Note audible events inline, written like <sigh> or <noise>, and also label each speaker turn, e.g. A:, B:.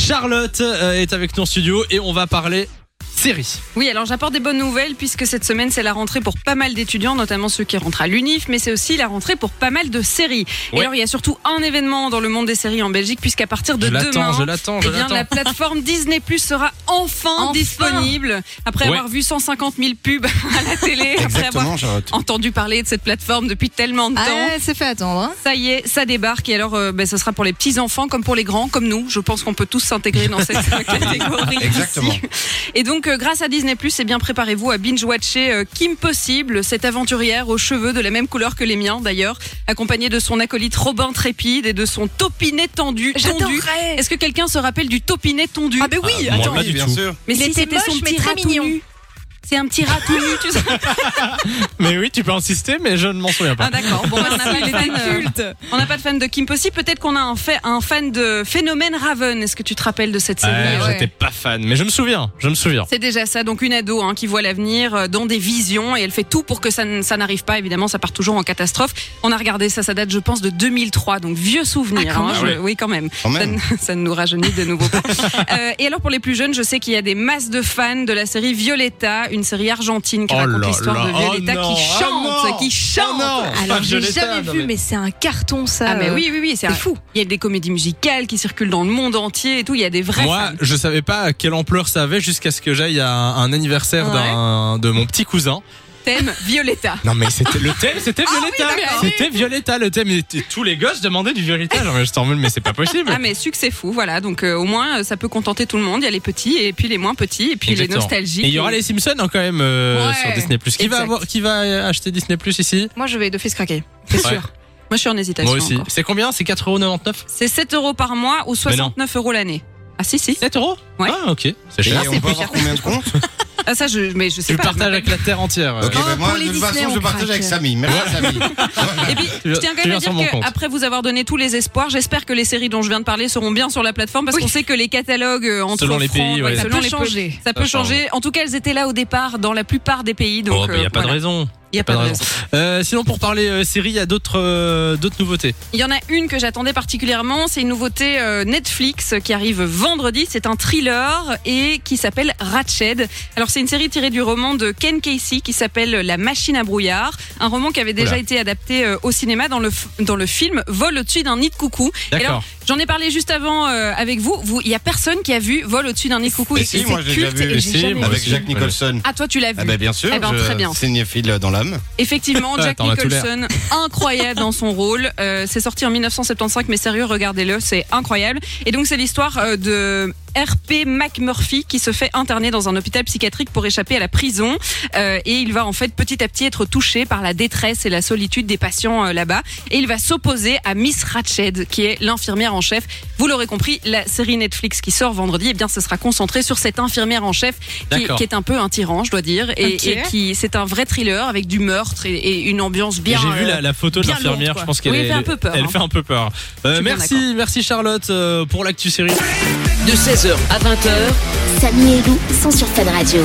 A: Charlotte euh, est avec nous en studio et on va parler série.
B: Oui, alors j'apporte des bonnes nouvelles puisque cette semaine c'est la rentrée pour pas mal d'étudiants, notamment ceux qui rentrent à l'UNIF, mais c'est aussi la rentrée pour pas mal de séries.
A: Oui.
B: Et alors il y a surtout un événement dans le monde des séries en Belgique puisqu'à partir de
A: je l'attends,
B: demain,
A: je l'attends,
B: eh
A: je
B: bien,
A: l'attends.
B: la plateforme Disney Plus sera enfin,
C: Enfin
B: disponible après
A: Ouais.
B: avoir vu 150 000 pubs <laughs> à la télé, après avoir
D: Exactement, Charlotte.
B: entendu parler de cette plateforme depuis tellement de temps.
C: Ah, ouais, c'est fait attendre. hein.
B: Ça y est, ça débarque et alors euh, ben, ça sera pour les petits enfants comme pour les grands comme nous. Je pense qu'on peut tous s'intégrer
A: <laughs>
B: dans cette euh, catégorie. ici.
D: Exactement.
B: Et donc euh, grâce à Disney Plus, eh bien préparez-vous à binge watcher Kim Possible, cette aventurière aux cheveux de la même couleur que les miens d'ailleurs, accompagnée de son acolyte Robin Trépide et de son topinet tendu. tendu. Est-ce que quelqu'un se rappelle du topinet tondu
C: Ah, ben oui,
A: Ah, moi,
C: attends.
A: pas du
D: bien
A: tout.
D: sûr.
B: Mais
C: Il
B: si
C: était
B: c'était son
C: moche, mais
B: petit
C: très
B: rat tout
C: mignon.
B: nu. C'est un petit rat tout nu,
C: <laughs>
B: tu sais.
A: Mais oui, tu peux insister, mais je ne m'en souviens pas.
B: Ah d'accord. Bon, on n'a pas les fans, euh, On n'a pas de fan de Kim Possible. Peut-être qu'on a un, fa- un fan de Phénomène Raven. Est-ce que tu te rappelles de cette série
A: Ah, Ouais,
C: ouais.
A: J'étais pas fan, mais je me souviens, je me souviens.
B: C'est déjà ça, donc une ado hein, qui voit l'avenir euh, dans des visions et elle fait tout pour que ça, n- ça n'arrive pas. Évidemment, ça part toujours en catastrophe. On a regardé ça, ça date, je pense, de 2003, donc vieux souvenir.
C: Ah, quand
B: hein,
A: même.
B: je- oui, quand même.
D: Quand
B: Ça,
D: même.
B: ne- ça ne nous rajeunit de nouveau
A: <laughs>
B: pas. Euh, et alors pour les plus jeunes, je sais qu'il y a des masses de fans de la série Violetta, une série argentine qui
A: Oh
B: raconte
A: là
B: l'histoire de
A: là, oh
B: Violetta
A: non,
B: qui
A: ah
B: chante,
A: non,
B: qui chante.
A: Oh non,
C: Alors,
A: pas
C: j'ai
A: Violetta,
C: jamais
A: non,
C: vu, mais c'est un carton, ça.
B: Ah mais
C: euh.
B: oui oui oui c'est
C: c'est
B: un-
C: fou.
B: Il y a des comédies musicales qui circulent dans le monde entier et tout. Il y a des vrais.
A: Moi,
B: fans.
A: je savais pas à quelle ampleur ça avait jusqu'à ce que j'aille à un un anniversaire
B: Ouais.
A: d'un de mon petit cousin.
B: Thème Violetta.
A: Non mais c'était le thème, c'était Violetta.
B: d'accord.
A: c'était Violetta le thème. Et t- tous les gosses demandaient du Violetta. Genre, mais je t'en veux, mais c'est pas possible.
B: Ah mais succès fou, voilà. Donc euh, au moins euh, ça peut contenter tout le monde. Il y a les petits et puis les moins petits et puis
A: Exactement.
B: les nostalgiques.
A: Et il y aura les Simpsons hein, quand même euh,
C: Ouais.
A: sur Disney Plus. Qui va
C: Exact.
A: avoir, qui va euh, acheter Disney Plus ici
C: Moi, je vais de fesse craquer.
B: C'est
A: Ouais.
B: sûr. Moi je suis en hésitation.
A: Moi aussi.
B: encore.
A: C'est combien C'est 4,99€
B: C'est 7 euros par mois ou
A: Mais non.
B: 69 euros l'année. Ah si si.
A: 7 euros
B: Ouais.
A: Ah ok. C'est
D: Et
A: cher.
D: on peut avoir combien
A: <laughs>
D: de comptes
B: Ah ça je mais je sais
A: Tu
B: pas. je
A: partages
B: m'appelle-
A: avec la terre entière. euh.
D: Ok, ben
C: pour
D: moi,
C: les
D: de toute
C: Disney,
D: façon, je
C: on
D: partage
C: craque.
D: avec Samy. Merci, Samy.
B: Et puis,
A: <laughs> Tu
B: je tiens quand
A: tu
B: même à
A: viens sur
B: dire
A: mon compte.
B: que après vous avoir donné tous les espoirs, j'espère que les séries dont je viens de parler seront bien sur la plateforme parce
C: Oui.
B: qu'on sait que les catalogues euh, entre
A: Selon les
B: France,
A: pays, ouais.
C: Ça
B: selon
C: peut
B: les peuples,
C: changer.
B: Ça peut
A: Ça change.
B: changer. En tout cas, elles étaient là au départ dans la plupart des pays. Donc,
A: Oh, bah, y
B: euh,
A: a pas de
B: voilà.
A: raison.
B: Il y a
A: pas de raison. Euh, sinon, pour parler euh, série, il y a d'autres euh, d'autres nouveautés.
B: Il y en a une que j'attendais particulièrement, c'est une nouveauté euh, Netflix qui arrive vendredi, c'est un thriller et qui s'appelle Ratched. Alors c'est une série tirée du roman de Ken Casey qui s'appelle La machine à brouillard, un roman qui avait déjà
A: Oula.
B: été adapté euh, au cinéma dans le, f- dans le film Vol au-dessus d'un nid de coucou. Et alors,
A: D'accord.
B: J'en ai parlé juste avant euh, avec vous, vous il y a personne qui a vu Vol au-dessus d'un nid de coucou
D: Mais
B: et
D: si,
B: c'est
D: moi, je l'ai déjà
B: culte
D: vu.
B: et
A: Si,
B: j'ai jamais
A: moi
B: vu.
D: Avec
A: aussi.
D: Jacques Nicholson.
B: Ah toi tu l'as vu.
D: Ah ben bien sûr,
B: Eh ben,
D: je-
B: très bien.
D: cinéphile dans l'âme.
A: <laughs>
B: Effectivement, Jack
A: Attends, on a tout l'air.
B: Nicholson, incroyable dans son rôle. Euh, c'est sorti en 1975, mais sérieux, regardez-le, c'est incroyable. Et donc c'est l'histoire euh, de RP McMurphy qui se fait interner dans un hôpital psychiatrique pour échapper à la prison. Euh, et il va en fait petit à petit être touché par la détresse et la solitude des patients euh, là-bas. Et il va s'opposer à Miss Ratched, qui est l'infirmière en chef. Vous l'aurez compris, la série Netflix qui sort vendredi, eh bien, ce sera concentré sur cette infirmière en chef qui,
A: D'accord.
B: qui est un peu un tyran, je dois dire, et,
C: Ok.
B: et qui c'est un vrai thriller avec du meurtre et, et une ambiance
A: Et
B: bien.
A: J'ai vu
B: euh,
A: la, la photo de
B: bien
A: l'infirmière,
B: lourde,
A: je
B: quoi.
A: pense qu'elle
B: Oui, elle
A: est-
B: fait un peu peur,
A: Elle
B: hein.
A: fait un peu peur. Euh,
B: Je suis bien
A: merci, merci Charlotte euh, pour l'actu série.
E: De 16h à 20h,
F: Samy et Lou sont sur Fan Radio.